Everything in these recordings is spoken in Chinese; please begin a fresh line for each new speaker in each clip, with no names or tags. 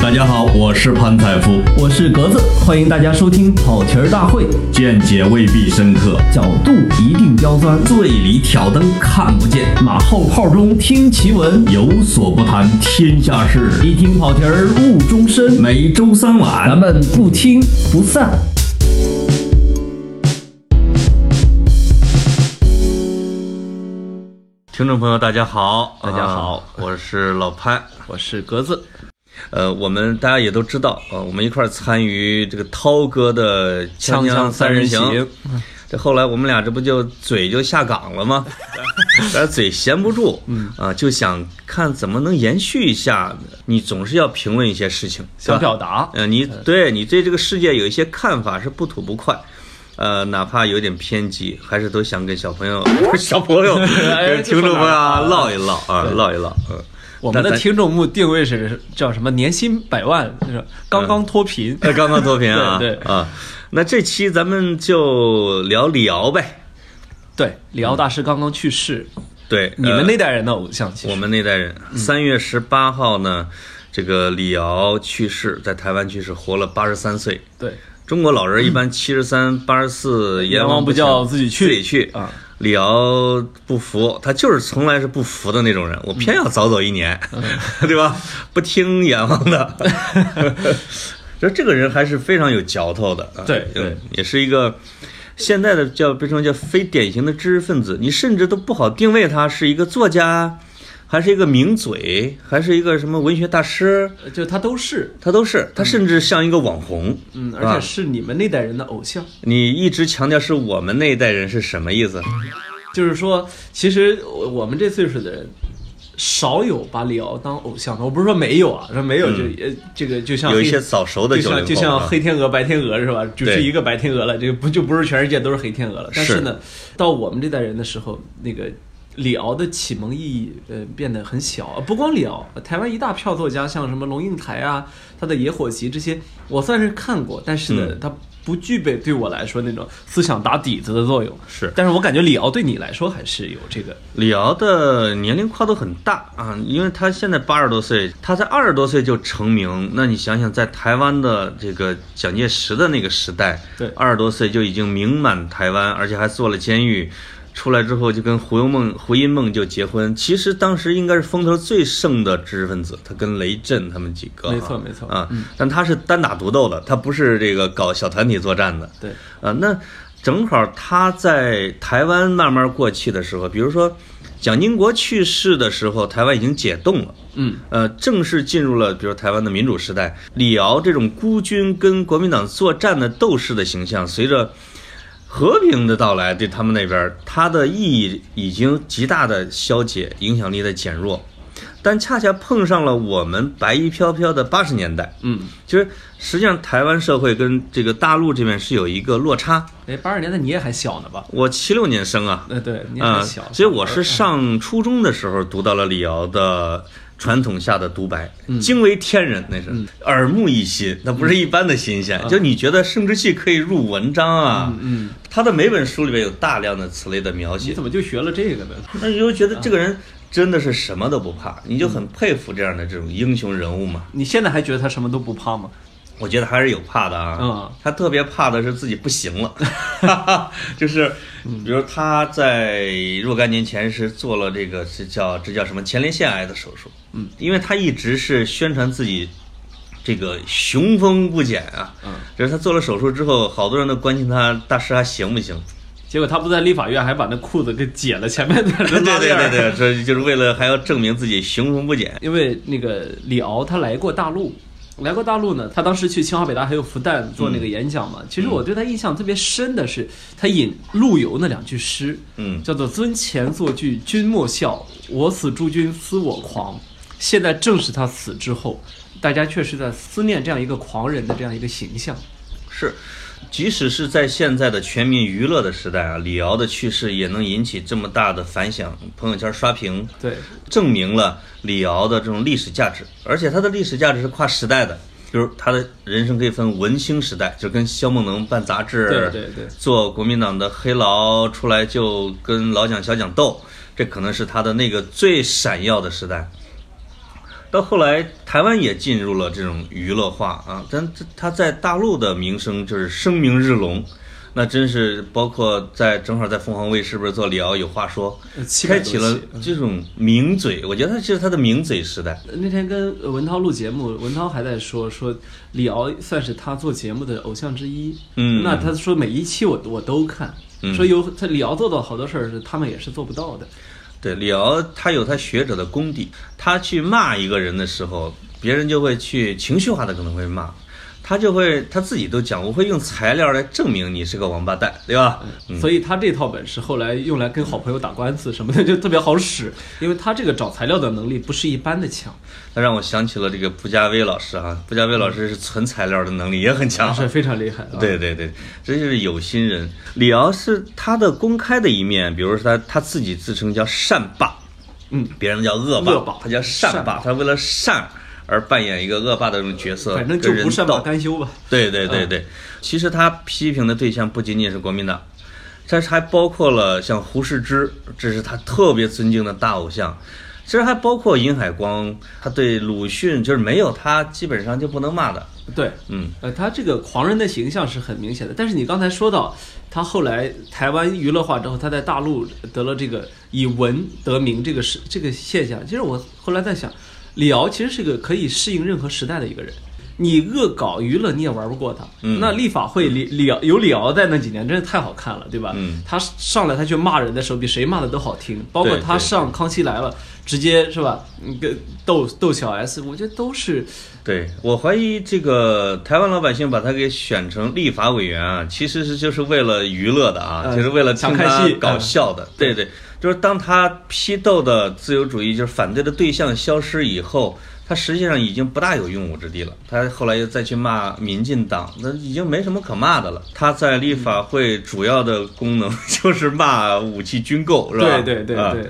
大家好，我是潘采夫。
我是格子，欢迎大家收听跑题儿大会，
见解未必深刻，
角度一定刁钻，
醉里挑灯看不见，
马后炮中听奇闻，
有所不谈天下事。
一听跑题儿误终身，
每周三
咱
晚，
们不听不散。
听众朋友，大家好，
大家好
啊我是老潘。
我是格子，
呃，我们大家也都知道，呃，我们一块儿参与这个涛哥的《锵锵三人行》这后来我们俩这不就嘴就下岗了 吗？咱嘴闲不住，
嗯
啊、就想看怎么能延续一下。你总是要评论一些事情，对
想
吧
表达，
呃，你对你对这个世界有一些看法是不吐不快，呃，哪怕有点偏激，还是都想跟小朋友、 小朋友、
哎
跟听众朋友啊
这说哪儿啊
唠一唠啊，唠一唠。嗯、
我们
那
的
咱
听众目定位是叫什么？年薪百万，就是刚刚脱贫。
呃，刚刚脱贫啊，
对对
啊，那这期咱们就聊聊呗。
对，李敖大师刚刚去世，
对，
你
呃
们那嗯代人的偶像，其实
我们那代人，三月十八号呢，这个李敖去世，在台湾去世，活了八十三岁。
对
中国老人一般七十三、八十四，
阎王不叫自己去
自己去
啊。
李敖不服，他就是从来是不服的那种人，我
嗯
偏要早走一年， 对吧？不听阎王 的， 就这个人还是非常有嚼头的，啊
对对
嗯也是一个现在的叫被称叫非典型的知识分子，你甚至都不好定位他是一个作家，还是一个名嘴，还是一个什么文学大师，
就他都是，
他都是，他甚至像一个网红，
嗯，
是吧
而且是你们那代人的偶像。
你一直强调是我们那一代人是什么意思？
啊就是说，其实我我们这岁数的人。少有把李敖当偶像的，我不是说没有啊，说没有就
嗯
呃、这个就像
有一
黑
些早熟的
就
九零
像
后，
就像
啊
黑天鹅、白天鹅是吧？只
对
是一个白天鹅了，这个不就不是全世界都是黑天鹅了。但
是
是呢，到我们这代人的时候，那个李敖的启蒙意义呃变得很小。呃不光李敖，台湾一大票作家，像什么龙应台啊，他的《野火集》这些，我算是看过，但是呢，
嗯
他不具备对我来说那种思想打底子的作用。
是
但是我感觉李敖对你来说还是有这个，
李敖的年龄跨度很大啊，因为他现在八十多岁，他在二十多岁就成名。那你想想，在台湾的这个蒋介石的那个时代，
对
二十多岁就已经名满台湾，而且还坐了监狱。出来之后就跟胡因梦胡因梦就结婚，其实当时应该是风头最盛的知识分子，他跟雷震他们几个啊，
没错没错嗯
啊，但他是单打独斗的，他不是这个搞小团体作战的，
对，
啊，那正好他在台湾慢慢过气的时候，比如说蒋经国去世的时候，台湾已经解冻了。
嗯，
呃，正式进入了比如台湾的民主时代，李敖这种孤军跟国民党作战的斗士的形象，随着和平的到来，对他们那边儿它的意义已经极大的消解，影响力的减弱。但恰恰碰上了我们白衣飘飘的八十年代，
嗯，
其实实际上台湾社会跟这个大陆这边是有一个落差。
哎，八二年的你也还小呢吧？
我七六年生啊，
呃，对，你也
啊、
还小，呃
所以我是上初中的时候读到了李敖的传统下的独白，
嗯
惊为天人，那是、耳目一新，那不是一般的新鲜。就你觉得生殖器可以入文章啊？
嗯嗯嗯
他的每本书里面有大量的此类的描写
你，怎么就啊学了这个呢？
那你就觉得这个人真的是什么都不怕，你就很佩服这样的这种英雄人物嘛。
你现在还觉得他什么都不怕吗？
我觉得还是有怕的啊。
嗯
他特别怕的是自己不行 了，就是比如他在若干年前是做了这个是叫这叫什么前列腺癌的手术。嗯，因为他一直是宣传自己。这个雄风不减啊，
嗯，
就是他做了手术之后，好多人都关心他大师还行不行？
结果他不在立法院还把那裤子给解了，前面的
对
拉
对
链
对
儿。
对，这就是为了还要证明自己雄风不减。
因为那个李敖他来过大陆，来过大陆呢，他当时去清华北大还有复旦做那个演讲
嗯
嘛。其实我对他印象特别深的是他引陆游那两句诗，
嗯
叫做“尊前作句君莫笑，我死诸君思我狂”。现在正是他死之后，大家确实在思念这样一个狂人的这样一个形象。
是，即使是在现在的全民娱乐的时代啊，李敖的去世也能引起这么大的反响，朋友圈刷屏，
对，
证明了李敖的这种历史价值，而且他的历史价值是跨时代的。比如他的人生可以分文青时代，就跟肖梦能办杂志，
对对对
做国民党的黑牢出来就跟老蒋小蒋斗，这可能是他的那个最闪耀的时代。到后来，台湾也进入了这种娱乐化啊，但这它在大陆的名声就是声名日隆，那真是包括在正好在凤凰卫视不是做李敖有话说
呃，700
开启了
多期嗯
这种名嘴，我觉得它是它的名嘴时代。
那天跟呃文涛录节目，文涛还在说说李敖算是他做节目的偶像之一。
嗯
那他说每一期我我都看，
嗯
说有他李敖做到好多事儿是他们也是做不到的。
对，李敖他有他学者的功底，他去骂一个人的时候，别人就会去情绪化的可能会骂，他就会他自己都讲，我会用材料来证明你是个王八蛋，对吧？嗯，
所以他这套本事后来用来跟好朋友打官司什么的就特别好使，因为他这个找材料的能力不是一般的强，
那让我想起了这个布加威老师啊，布加威老师是存材料的能力也很强，
是非常厉害、啊。
对对对，这就是有心人。李敖是他的公开的一面，比如说他他自己自称叫善霸，
嗯，
别人叫恶霸，
恶霸
他叫善
善
霸，他为了善而扮演一个恶霸的这种角色，
反正就
跟人
不善啊罢
斗
甘休吧。
对对对对，其实他批评的对象不仅仅是国民党，但是还包括了像胡适之，这是他特别尊敬的大偶像。其实还包括尹海光，他对鲁迅就是没有他基本上就不能骂的。
对，
嗯，
呃，他这个狂人的形象是很明显的，但是你刚才说到，他后来台湾娱乐化之后，他在大陆得了这个以文得名这个是这个现象。其实我后来在想，李敖其实是个可以适应任何时代的一个人。你恶搞娱乐，你也玩不过他。
嗯
那立法会李李敖有李敖在那几年，真是太好看了，对吧？
嗯
他上来他去骂人的时候，比谁骂的都好听。包括
对
他
对
上《康熙来了》，直接是吧？嗯跟逗逗小 S，我觉得都是
对我怀疑这个台湾老百姓把他给选成立法委员啊，其实是就是为了娱乐的啊，
嗯
就是为了
想
听
看
他
戏
搞
嗯
笑的。对对，就是当他批斗的自由主义，就是反对的对象消失以后，他实际上已经不大有用武之地了。他后来又再去骂民进党，那已经没什么可骂的了。他在立法会主要的功能 就是骂武器军购，是吧？
对对对
啊
对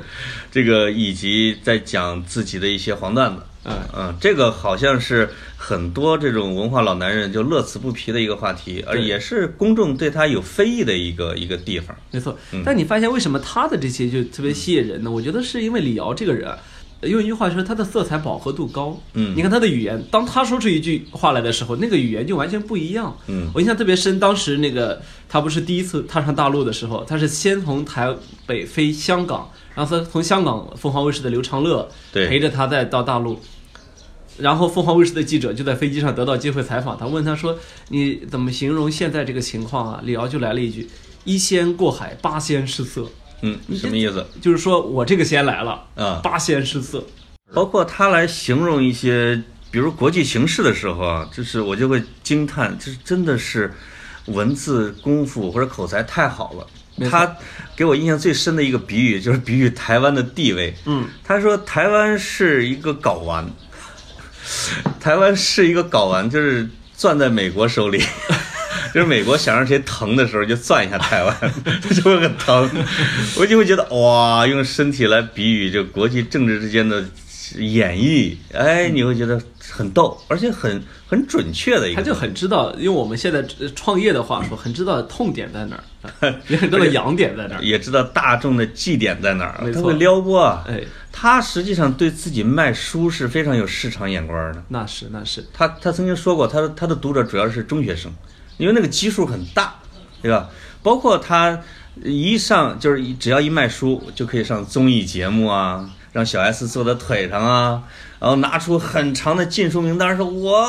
这个以及在讲自己的一些黄段子。
嗯
嗯，这个好像是很多这种文化老男人就乐此不疲的一个话题，而
对
也是公众对他有非议的一个一个地方。
没错，
嗯
但你发现为什么他的这些就特别吸引人呢？我觉得是因为李敖这个人啊，用一句话说，他的色彩饱和度高。
嗯
你看他的语言，当他说出一句话来的时候，那个语言就完全不一样。
嗯
我印象特别深，当时那个他不是第一次踏上大陆的时候，他是先从台北飞香港，然后他从香港凤凰卫视的刘长乐
对
陪着他再到大陆。然后凤凰卫视的记者就在飞机上得到机会采访他，问他说：“你怎么形容现在这个情况啊？”李敖就来了一句：“一仙过海，八仙失色。
嗯，什么意思？”
就是说我这个仙来了，
啊
八仙失色。
包括他来形容一些，比如国际形势的时候啊，就是我就会惊叹，就是真的是文字功夫或者口才太好了。
没错
他给我印象最深的一个比喻就是比喻台湾的地位。
嗯，
他说台湾是一个睾丸，台湾是一个睾丸，就是攥在美国手里。 就是美国想让谁疼的时候，就攥一下台湾， 就会很疼。我就会觉得哇，用身体来比喻这国际政治之间的演绎，哎，你会觉得很逗，而且很很准确的一个。
他就很知道，用我们现在呃创业的话说，很知道痛点在哪儿， 也很知道痒点在哪儿。
也知道大众的绩点在哪儿
没，
他
错
会撩拨啊。
哎，
他实际上对自己卖书是非常有市场眼光的。
那是那是，
他他曾经说过，他的他的读者主要是中学生，因为那个基数很大，对吧？包括他一上就是一只要一卖书，就可以上综艺节目啊，让小 S 坐在腿上啊，然后拿出很长的禁书名单，说我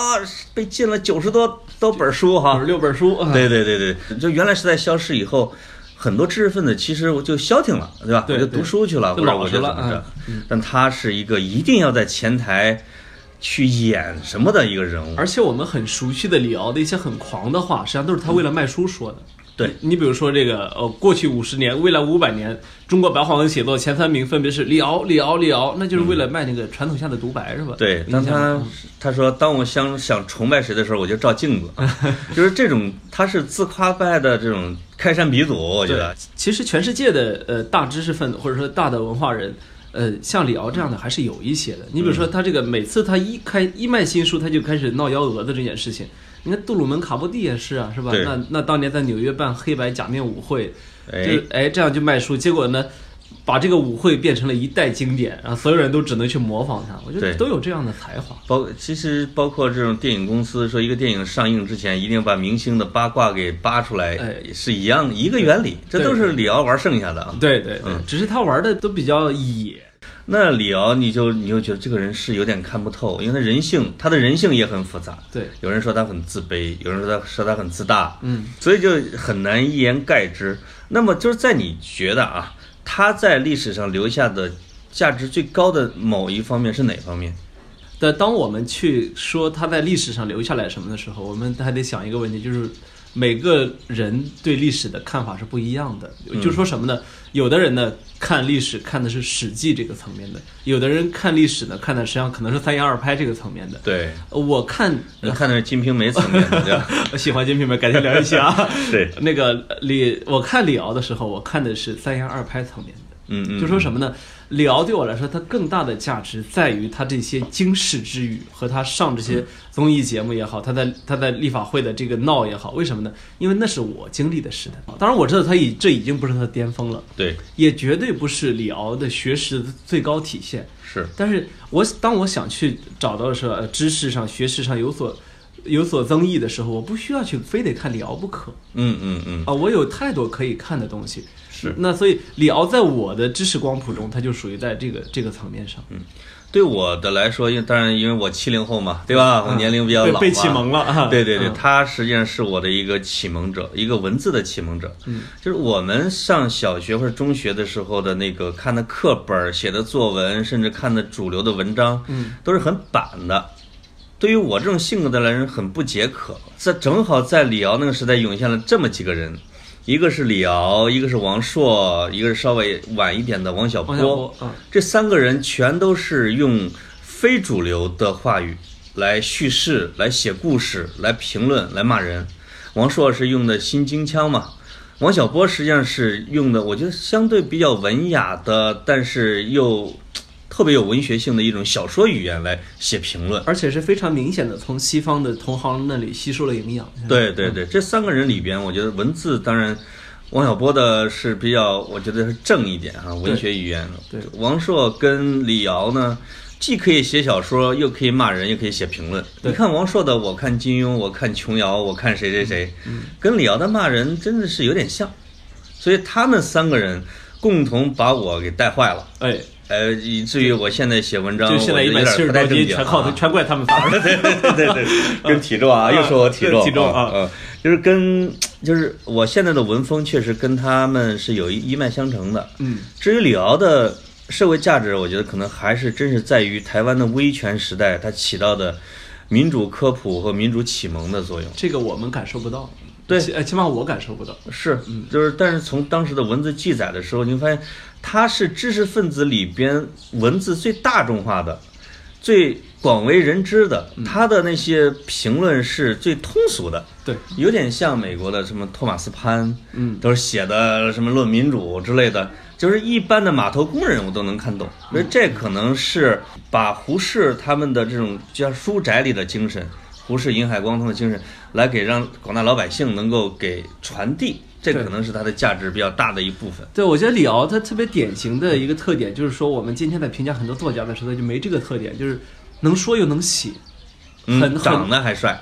被禁了九十多多本书哈，
五十六本书，啊
对对对对，就原来时代消失以后，很多知识分子其实我就消停了，对吧？
对
我就读书去了，
对
或者
就
我
老
就
实了嗯
怎么着。但他是一个一定要在前台去演什么的一个人物，
而且我们很熟悉的李敖的一些很狂的话，实际上都是他为了卖书说的。
对
你，你比如说这个，呃，过去五十年，未来五百年，中国白话文写作前三名分别是李敖、李敖、李敖，那就是为了卖那个传统下的独白，是吧？
对，
你
当
想
他他说当我想想崇拜谁的时候，我就照镜子，就是这种他是自夸派的这种开山鼻祖，我觉得
对，其实全世界的呃大知识分子或者说大的文化人，呃，像李敖这样
嗯
的还是有一些的。你比如说他这个每次他一开一卖新书，他就开始闹幺蛾子这件事情。你看杜鲁门卡波蒂也是啊，是吧？
对
那那当年在纽约办黑白假面舞会，
哎
就哎这样就卖书，结果呢，把这个舞会变成了一代经典，然后所有人都只能去模仿他。我觉得
对
都有这样的才华。
包其实包括这种电影公司说，一个电影上映之前一定把明星的八卦给扒出来，
哎
是一样一个原理，这
对
都是李敖玩剩下的啊。
对对对，
嗯
只是他玩的都比较野。
那李敖你就你就觉得这个人是有点看不透，因为他人性，他的人性也很复杂。
对，
有人说他很自卑，有人说他说他很自大，
嗯，
所以就很难一言盖之。那么就是在你觉得啊，他在历史上留下的价值最高的某一方面是哪方面？
但当我们去说他在历史上留下来什么的时候，我们还得想一个问题，就是每个人对历史的看法是不一样的。就是说什么呢？有的人呢看历史看的是《史记》这个层面的，有的人看历史呢看的实际上可能是三言二拍这个层面的。
对，
呃我看
你看的是《金瓶梅》层面的， 对吧？
我喜欢金瓶梅，改天聊一下啊。
对，
那个李，我看李敖的时候，我看的是三言二拍层面的。
嗯嗯，
就说什么呢？李敖对我来说，他更大的价值在于他这些经世之语和他上这
嗯
些综艺节目也好，他在他在立法会的这个闹也好，为什么呢？因为那是我经历的时代。当然我知道他已这已经不是他的巅峰了，
对，
也绝对不是李敖的学识的最高体现。
是，
但是我当我想去找到的时候，呃知识上、学识上有所有所增益的时候，我不需要去非得看李敖不可
嗯嗯嗯，
啊，我有太多可以看的东西。
是
那所以李敖在我的知识光谱中，他就属于在这个这个层面上，
对我的来说，因为当然因为我七零后嘛，对吧？我年龄比较老嘛，
嗯被被启蒙了啊
对对对，
嗯
他实际上是我的一个启蒙者，一个文字的启蒙者。嗯，就是我们上小学或者中学的时候的那个看的课本、写的作文，甚至看的主流的文章，嗯，都是很板的。对于我这种性格的人很不解渴。在正好在李敖那个时代涌现了这么几个人，一个是李敖，一个是王朔，一个是稍微晚一点的王小波。
王小波嗯
这三个人全都是用非主流的话语来叙事、来写故事、来评论、来骂人。王朔是用的新京腔嘛，王小波实际上是用的，我觉得相对比较文雅的，但是又特别有文学性的一种小说语言来写评论。
而且是非常明显的从西方的同行那里吸收了营养。
对对
嗯
对，这三个人里边，我觉得文字当然，王小波的是比较，我觉得是正一点啊，文学语言。
对
王朔跟李敖呢，既可以写小说，又可以骂人，又可以写评论。
对
你看王朔的，我看金庸，我看琼瑶，我看谁谁谁，
嗯
跟李敖的骂人真的是有点像，所以他们三个人共同把我给带坏了。
哎，
呃，以至于我现在写文章，
就现在
我
一
有
百
点
七十
不
多
太
斤，
正经
全靠
啊
他，全怪他们仨。
对对对对，跟体重啊，又说我体重，
体重啊
嗯，就是跟就是我现在的文风确实跟他们是有一一脉相承的。
嗯，
至于李敖的社会价值，我觉得可能还是真是在于台湾的威权时代它起到的民主科普和民主启蒙的作用。
这个我们感受不到，
对
起呃，起码我感受不到。
是，就是，但是从当时的文字记载的时候，你会发现他是知识分子里边文字最大众化的、最广为人知的，他的那些评论是最通俗的，
对，
有点像美国的什么托马斯潘，
嗯
都是写的什么论民主之类的，就是一般的码头工人我都能看懂。所
嗯
以这可能是把胡适他们的这种叫书宅里的精神，胡适、银海光他们的精神，来给让广大老百姓能够给传递，这
对
可能是它的价值比较大的一部分。
对，我觉得李敖他特别典型的一个特点，就是说我们今天在评价很多作家的时候，他就没这个特点，就是能说又能写。 很
嗯，
很
长得还帅，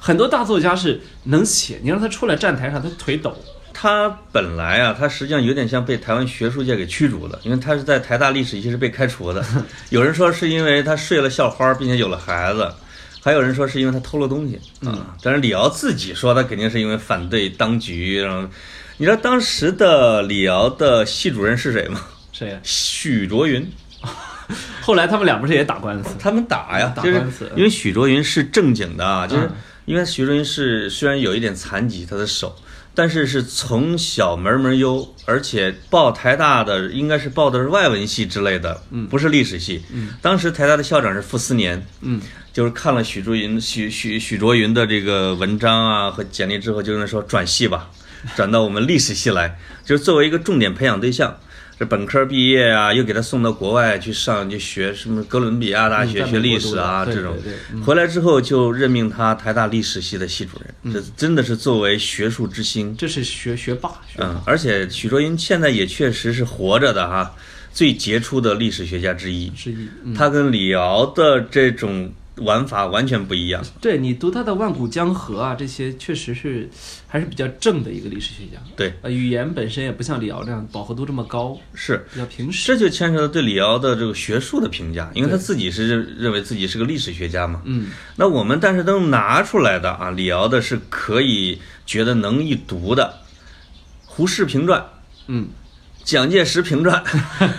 很多大作家是能写，你让他出来站台上，他腿抖。
他本来啊，他实际上有点像被台湾学术界给驱逐的，因为他是在台大历史系是被开除的。有人说是因为他睡了校花，并且有了孩子，还有人说是因为他偷了东西啊。但是李敖自己说他肯定是因为反对当局，然后你知道当时的李敖的系主任是谁吗？
谁呀、
许卓云。
后来他们俩不是也打官司？
他们打呀，
打
就是
官司
因为许卓云是正经的啊，就是
嗯
因为许卓云是虽然有一点残疾，他的手，但是是从小门门优，而且报台大的应该是报的是外文系之类的，不是历史系。当时台大的校长是傅斯年，
嗯，
就是看了许卓云许许许卓云的这个文章啊和简 历之后，就是说转系吧，转到我们历史系来，就是作为一个重点培养对象。这本科毕业啊，又给他送到国外去上，就学什么哥伦比亚大学
嗯
学
在美国
历史啊
读的
这
对
种
对对。嗯
回来之后就任命他台大历史系的系主
嗯
任，这真的是作为学术之星。
这是学学霸，学霸
嗯，而且许倬云现在也确实是活着的哈、最杰出的历史学家之一。
之一。嗯，
他跟李敖的这种玩法完全不一样。
对你读他的《万古江河》啊，这些确实是还是比较正的一个历史学家。
对，
呃，语言本身也不像李敖那样饱和度这么高，
是
比较平实。
这就牵扯到对李敖的这个学术的评价，因为他
对
自己是认认为自己是个历史学家嘛。
嗯，
那我们但是能拿出来的啊，李敖的是可以觉得能一读的，《胡适评传》《
嗯，
蒋介石评 传》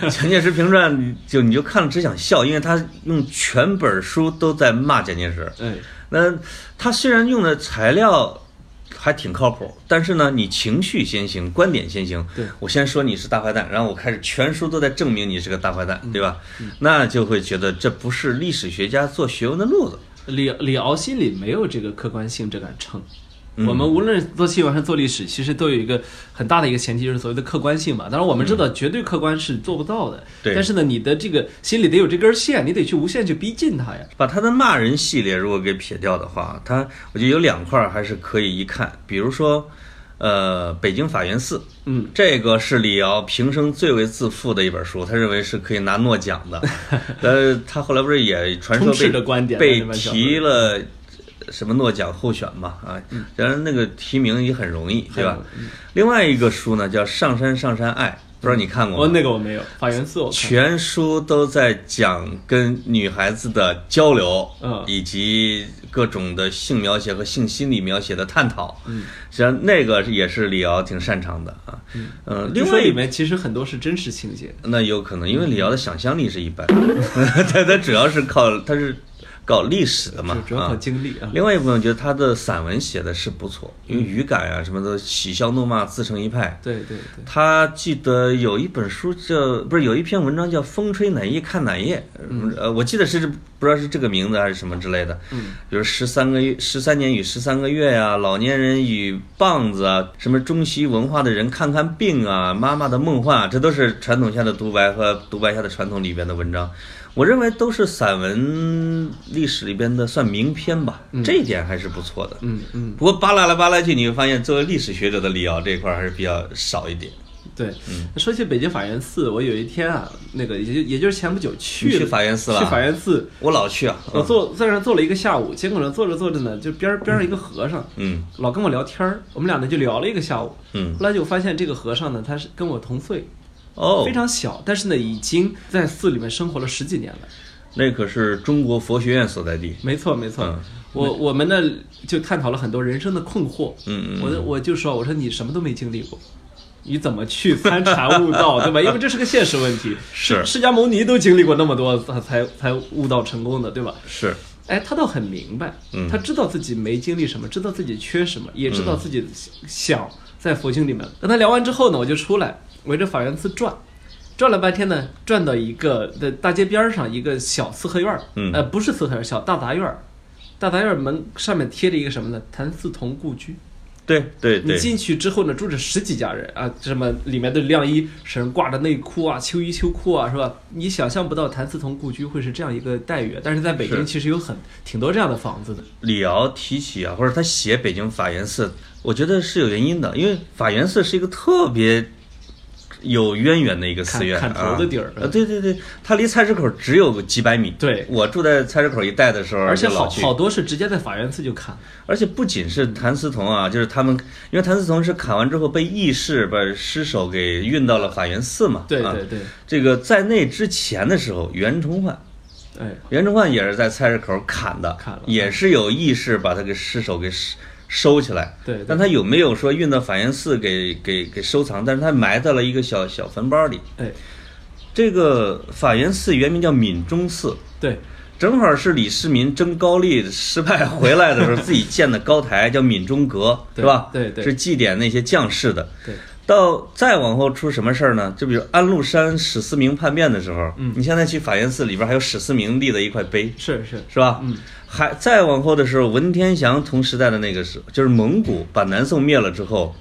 《蒋介石评传》就你就看了只想笑，因为他用全本书都在骂蒋介石。
哎，
那他虽然用的材料还挺靠谱，但是呢，你情绪先行，观点先行。
对
我先说你是大坏蛋，然后我开始全书都在证明你是个大坏蛋，对吧？那就会觉得这不是历史学家做学问的路子。
李李敖心里没有这个客观性这杆秤。
嗯
我们无论做戏还是做历史，其实都有一个很大的一个前提，就是所谓的客观性嘛。当然，我们知道绝对客观是做不到的，
嗯对
但是呢，你的这个心里得有这根线，你得去无限去逼近它呀。
把他的骂人系列如果给撇掉的话，他我觉得有两块儿还是可以一看，比如说，呃，北京法源寺，
嗯，
这个是李敖平生最为自负的一本书，他认为是可以拿诺奖 的。呃，他后来不是也传说
充斥
被
着观点
被
那本小说
提了什么诺奖候选嘛？啊，然后那个提名也很容易，对吧
嗯很容？嗯
另外一个书呢叫《上山上山爱》，不知道你看过
我
吗？
哦那个我没有，法源寺我看
全书都在讲跟女孩子的交流，
嗯
以及各种的性描写和性心理描写的探讨。
嗯，
实际上那个也是李敖挺擅长的啊。嗯，
据
另
说
外一
里面其嗯实很多是真实情节。
那有可能，因为李敖的想象力是一般， 他他主要是靠他是搞历史的嘛
就，主要靠
啊。
经历啊。
另外一部分，我觉得他的散文写的是不错，因为语感啊什么的，喜笑怒骂自成一派。
对对对，
他记得有一本书叫不是有一篇文章叫《风吹哪页看哪页》，呃，我记得是不知道是这个名字还是什么之类的。
嗯，
比如十三个月、十三年与十三个月呀、老年人与棒子啊，什么中西文化的人看看病啊，妈妈的梦幻啊，这都是传统下的独白和独白下的传统里边的文章。我认为都是散文历史里边的算名篇吧，这一点还是不错的。
嗯嗯，
不过扒拉来扒拉去，你会发现作为历史学者的李敖这一块儿还是比较少一点。
对。
嗯
说起北京法源寺，我有一天啊，那个也就也就是前不久去
你
了
去法源寺了
去法源寺，
我老去啊，
我坐在那儿坐了一个下午，结果呢坐着坐着呢，就边儿边上一个和尚，
嗯
老跟我聊天儿，我们俩呢就聊了一个下午。
嗯
后来就发现这个和尚呢，他是跟我同岁，
哦，
非常小，但是呢已经在寺里面生活了十几年了。
那可是中国佛学院所在地。
没错，没错。
嗯
我我们呢就探讨了很多人生的困惑。
嗯嗯
我我就说，我说你什么都没经历过，你怎么去参禅悟道， 对吧？因为这是个现实问题。
是
释迦牟尼都经历过那么多，他才才悟道成功的，对吧？
是，
哎，他倒很明白，
嗯嗯
他知道自己没经历什么，知道自己缺什么，也知道自己想在佛经里面。跟他聊完之后呢，我就出来围着法源寺转，转了半天呢，转到一个的大街边儿上一个小四合院儿，
嗯
呃，不是四合院儿，小大杂院儿。大杂院儿门上面贴着一个什么呢？谭嗣同故居。
对对
你
对，
进去之后呢，住着十几家人啊，什么里面的晾衣绳、挂着内裤啊、秋衣秋裤啊，是吧？你想象不到谭嗣同故居会是这样一个待遇，但是在北
是
京其实有很挺多这样的房子的。
李敖提起啊，或者他写北京法源寺，我觉得是有原因的，因为法源寺是一个特别有渊源的一个寺院
砍砍头的地儿
啊，对对对，它离菜市口只有个几百米。
对
我住在菜市口一带的时候，
而且
就老
好
去
好多是直接在法源寺就砍，
而且不仅是谭嗣同啊，就是他们，因为谭嗣同是砍完之后被义士把尸首给运到了法源寺嘛。
对
啊
对对，
这个在那之前的时候，袁崇焕，
哎，
袁崇焕也是在菜市口砍的，
砍了
也是有义士把他给尸首给收收起来。
对对
但他有没有说运到法源寺给给给收藏？但是他埋在了一个小小坟包里。
哎，
这个法源寺原名叫闽中寺，
对，
正好是李世民征高丽失败回来的时候自己建的高台，叫闽中阁，是
对
吧？
对对
是祭奠那些将士的。
对，
到再往后出什么事儿呢？就比如安禄山史思明叛变的时候，
嗯
你现在去法源寺里边还有史思明立的一块碑，
是是，
是吧？
嗯，
还再往后的时候，文天祥同时代的那个时候，就是蒙古把南宋灭了之后，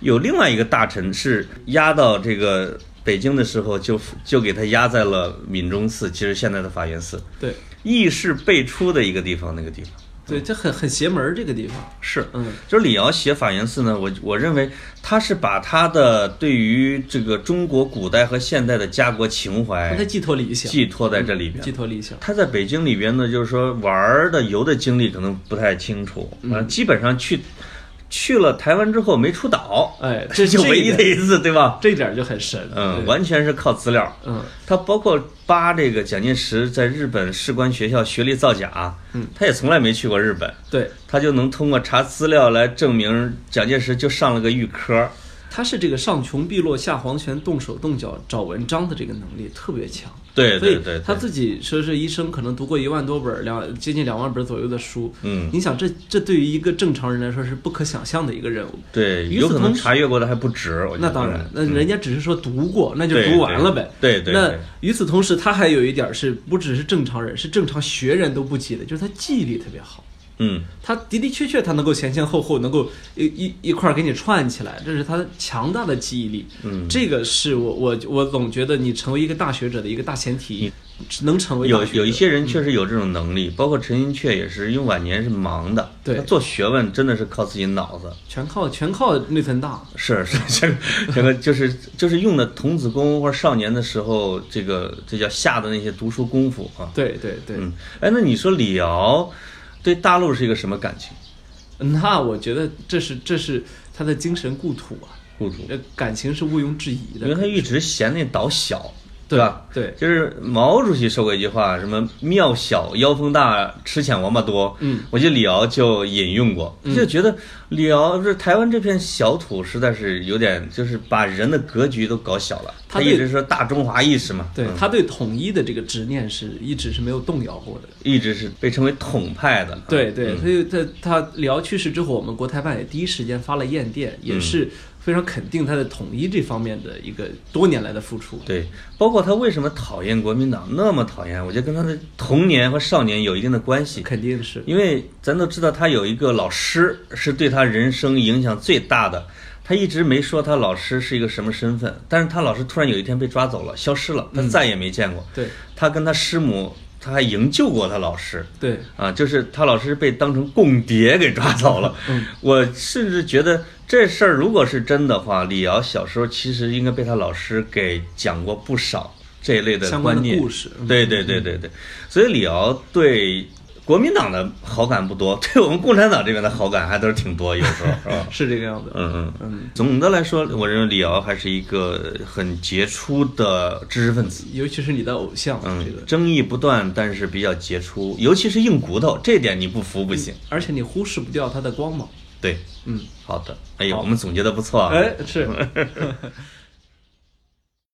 有另外一个大臣是押到这个北京的时候就就给他压在了闽中寺，其实现在的法源寺，
对
义释辈出的一个地方，那个地方
对，这很很邪门儿这个地方，
是，
嗯，
就是李敖写法源寺呢，我我认为他是把他的对于这个中国古代和现代的家国情怀
他寄托理想，
哎寄托在这里边，
寄托理想，
他在北京里边呢，就是说玩儿的游的经历可能不太清楚，
嗯
啊，基本上去去了台湾之后没出岛，
哎，这
就唯一的
这一
一
点
次，对吧？
这一点就很神，
嗯，
对
完全是靠资料。
嗯
他包括扒这个蒋介石在日本士官学校学历造假，
嗯，
他也从来没去过日本，
对，
他就能通过查资料来证明蒋介石就上了个预科。
他是这个上穷碧落下黄泉，动手动脚找文章的这个能力特别强。
对
所以
对对，
他
对
自己说是一生可能读过一万多本儿，两接近两万本儿左右的书。
嗯
你想这这对于一个正常人来说是不可想象的一个任务。
对，
与此
有可能
同时
查阅过的还不止。我觉得
那当然，那
嗯
人家只是说读过，那就
对
读完了呗。
对对对
那
对
与此同时，他还有一点儿是不只是正常人，是正常学人都不及的，就是他记忆力特别好。
嗯，
他的的确确，他能够前前后后能够一一一块儿给你串起来，这是他强大的记忆力。
嗯
这个是我我我总觉得你成为一个大学者的一个大前提，能成为
嗯
大
有
学者
有一些人确实有这种能力，包括陈寅恪也是，因为晚年是忙的，
对
他做学问真的是靠自己脑子，
全靠全靠内存大，
是是这这个就是就是用的童子功或者少年的时候，这个这叫下的那些读书功夫啊。
对对对，
嗯，哎，那你说李敖对大陆是一个什么感情？嗯
那我觉得这是这是他的精神故土啊，
故土，
这感情是毋庸置疑
因为
的，
他一直嫌那岛小，
对
吧？
对，
就是毛主席说过一句话，什么“庙小妖风大，吃抢王八多”。
嗯，
我觉得李敖就引用过，就觉得李敖是台湾这片小土，实在是有点就是把人的格局都搞小了。
他
他
对
一直说大中华意识嘛，
对
嗯
他对统一的这个执念是一直是没有动摇过的。
一直是被称为统派的。
对对，
嗯
所以在他李敖去世之后，我们国台办也第一时间发了唁电，
嗯
也是非常肯定他在统一这方面的一个多年来的付出。
对，包括他为什么讨厌国民党那么讨厌，我觉得跟他的童年和少年有一定的关系。
肯定是，
因为咱都知道他有一个老师是对他人生影响最大的，他一直没说他老师是一个什么身份，但是他老师突然有一天被抓走了，消失了，他再也没见过。
嗯对
他跟他师母，他还营救过他老师。
对，
啊，就是他老师被当成共谍给抓走了。
嗯
我甚至觉得这事儿如果是真的话，李敖小时候其实应该被他老师给讲过不少这一类的
相关的
观念
故事嗯？
对对对对对，所以李敖对国民党的好感不多，对我们共产党这边的好感还都是挺多，有时候是吧
是这个样子。
嗯嗯
嗯
嗯，总的来说，我认为李敖还是一个很杰出的知识分子。
尤其是你的偶像，
嗯
啊这个，，
争议不断，但是比较杰出，尤其是硬骨头，这点你不服不行。
而且你忽视不掉他的光芒。
对，
嗯，哎
好的，哎
好
呦，我们总结的不错啊。
哎，是。